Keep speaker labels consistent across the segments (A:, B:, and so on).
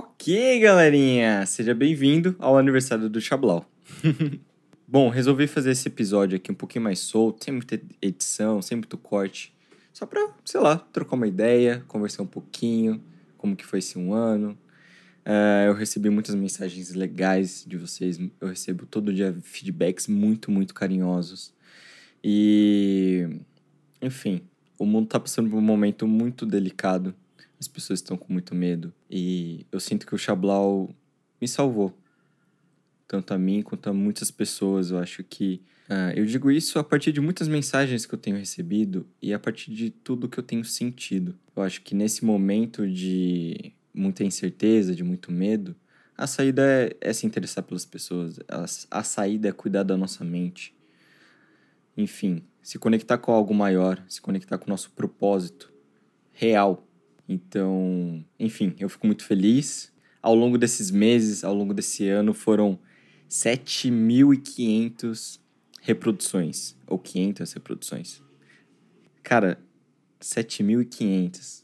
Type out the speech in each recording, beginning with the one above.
A: que, galerinha? Seja bem-vindo ao aniversário do Chablau. Bom, resolvi fazer esse episódio aqui um pouquinho mais solto, sem muita edição, sem muito corte. Só pra, sei lá, trocar uma ideia, conversar um pouquinho, como que foi esse um ano. Ah, eu recebi muitas mensagens legais de vocês. Eu recebo todo dia feedbacks muito, muito carinhosos. E... Enfim, o mundo tá passando por um momento muito delicado. As pessoas estão com muito medo. E eu sinto que o Xablau me salvou. Tanto a mim quanto a muitas pessoas. Eu acho que. ah, eu digo isso a partir de muitas mensagens que eu tenho recebido e a partir de tudo que eu tenho sentido. Eu acho que nesse momento de muita incerteza, de muito medo, a saída é, é se interessar pelas pessoas. A, a saída é cuidar da nossa mente. Enfim, se conectar com algo maior, se conectar com o nosso propósito real. Então, enfim, eu fico muito feliz. Ao longo desses meses, ao longo desse ano, foram 7.500 reproduções, ou 500 reproduções. Cara, 7.500.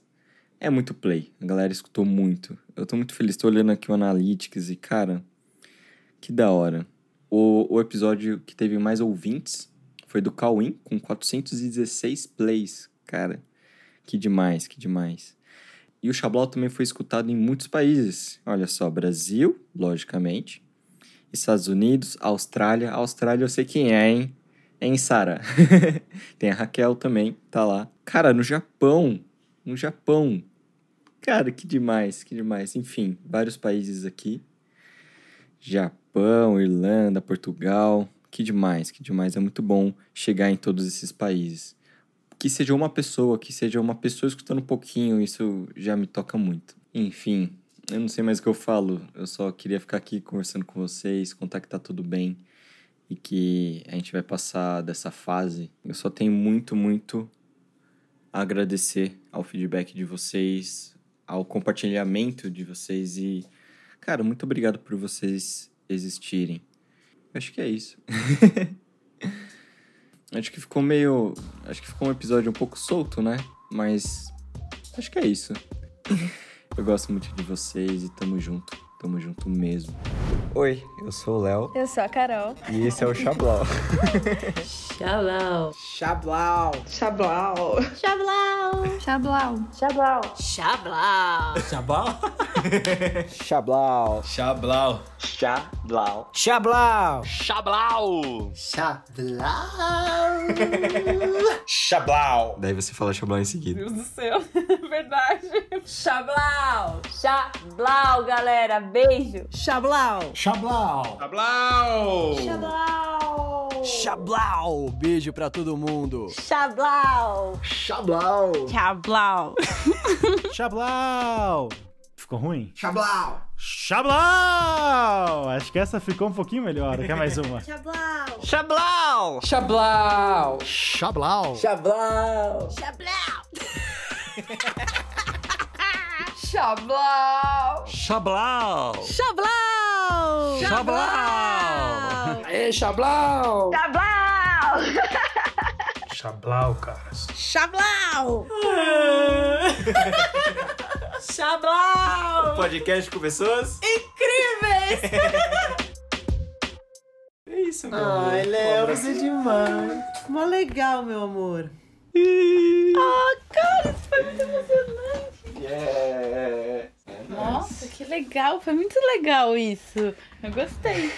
A: É muito play. A galera escutou muito. Eu tô muito feliz. Tô olhando aqui o Analytics e, cara, que da hora. O, o episódio que teve mais ouvintes foi do Cauim, com 416 plays. Cara, que demais, que demais. E o Xablau também foi escutado em muitos países. Olha só, Brasil, logicamente. Estados Unidos, Austrália. Austrália eu sei quem é, hein? É em Sara. Tem a Raquel também, tá lá. Cara, no Japão. No Japão. Cara, que demais, que demais. Enfim, vários países aqui. Japão, Irlanda, Portugal. Que demais, que demais. É muito bom chegar em todos esses países. Que seja uma pessoa, que seja uma pessoa escutando um pouquinho, isso já me toca muito. Enfim, eu não sei mais o que eu falo. Eu só queria ficar aqui conversando com vocês, contar que tá tudo bem e que a gente vai passar dessa fase. Eu só tenho muito, muito a agradecer ao feedback de vocês, ao compartilhamento de vocês e, cara, muito obrigado por vocês existirem. Acho que é isso. acho que ficou meio. Acho que ficou um episódio um pouco solto, né? Mas. Acho que é isso. Eu gosto muito de vocês e tamo junto. Tamo junto mesmo.
B: Oi, eu sou o Léo
C: Eu sou a Carol.
B: e esse é o Xablau.
D: Xablau.
E: Chablau.
F: Chablau.
D: Xablau.
C: Xablau.
F: Chablau.
D: Xablau.
G: Xabal?
B: Xablau.
G: Xablau.
B: Xablau.
E: Chablau.
D: Xablau.
B: Daí você fala Xablau em seguida.
D: Deus do céu. Verdade. Xablau. Xablau, galera. Beijo.
E: Chablau.
G: Xablau.
D: Xablau.
E: Chablau. Beijo pra todo mundo.
D: Xablau.
C: Xablau.
H: Chablau! Ficou ruim? Chablau! Chablau! Acho que essa ficou um pouquinho melhor. Quer mais uma?
E: Chablau.
F: Chablau.
H: Chablau!
E: Chablau.
F: Chablau.
H: Chablau!
C: Xablau.
H: Chablau!
F: Aê, Chablau.
H: Chablau, cara.
C: Xablau.
D: Xablau.
A: Podcast com pessoas?
D: Incríveis.
A: É isso, meu
I: Ai, Léo, você é demais. Mó legal, meu amor.
D: Ah,
C: Nossa, que legal. Foi muito legal isso. Eu gostei.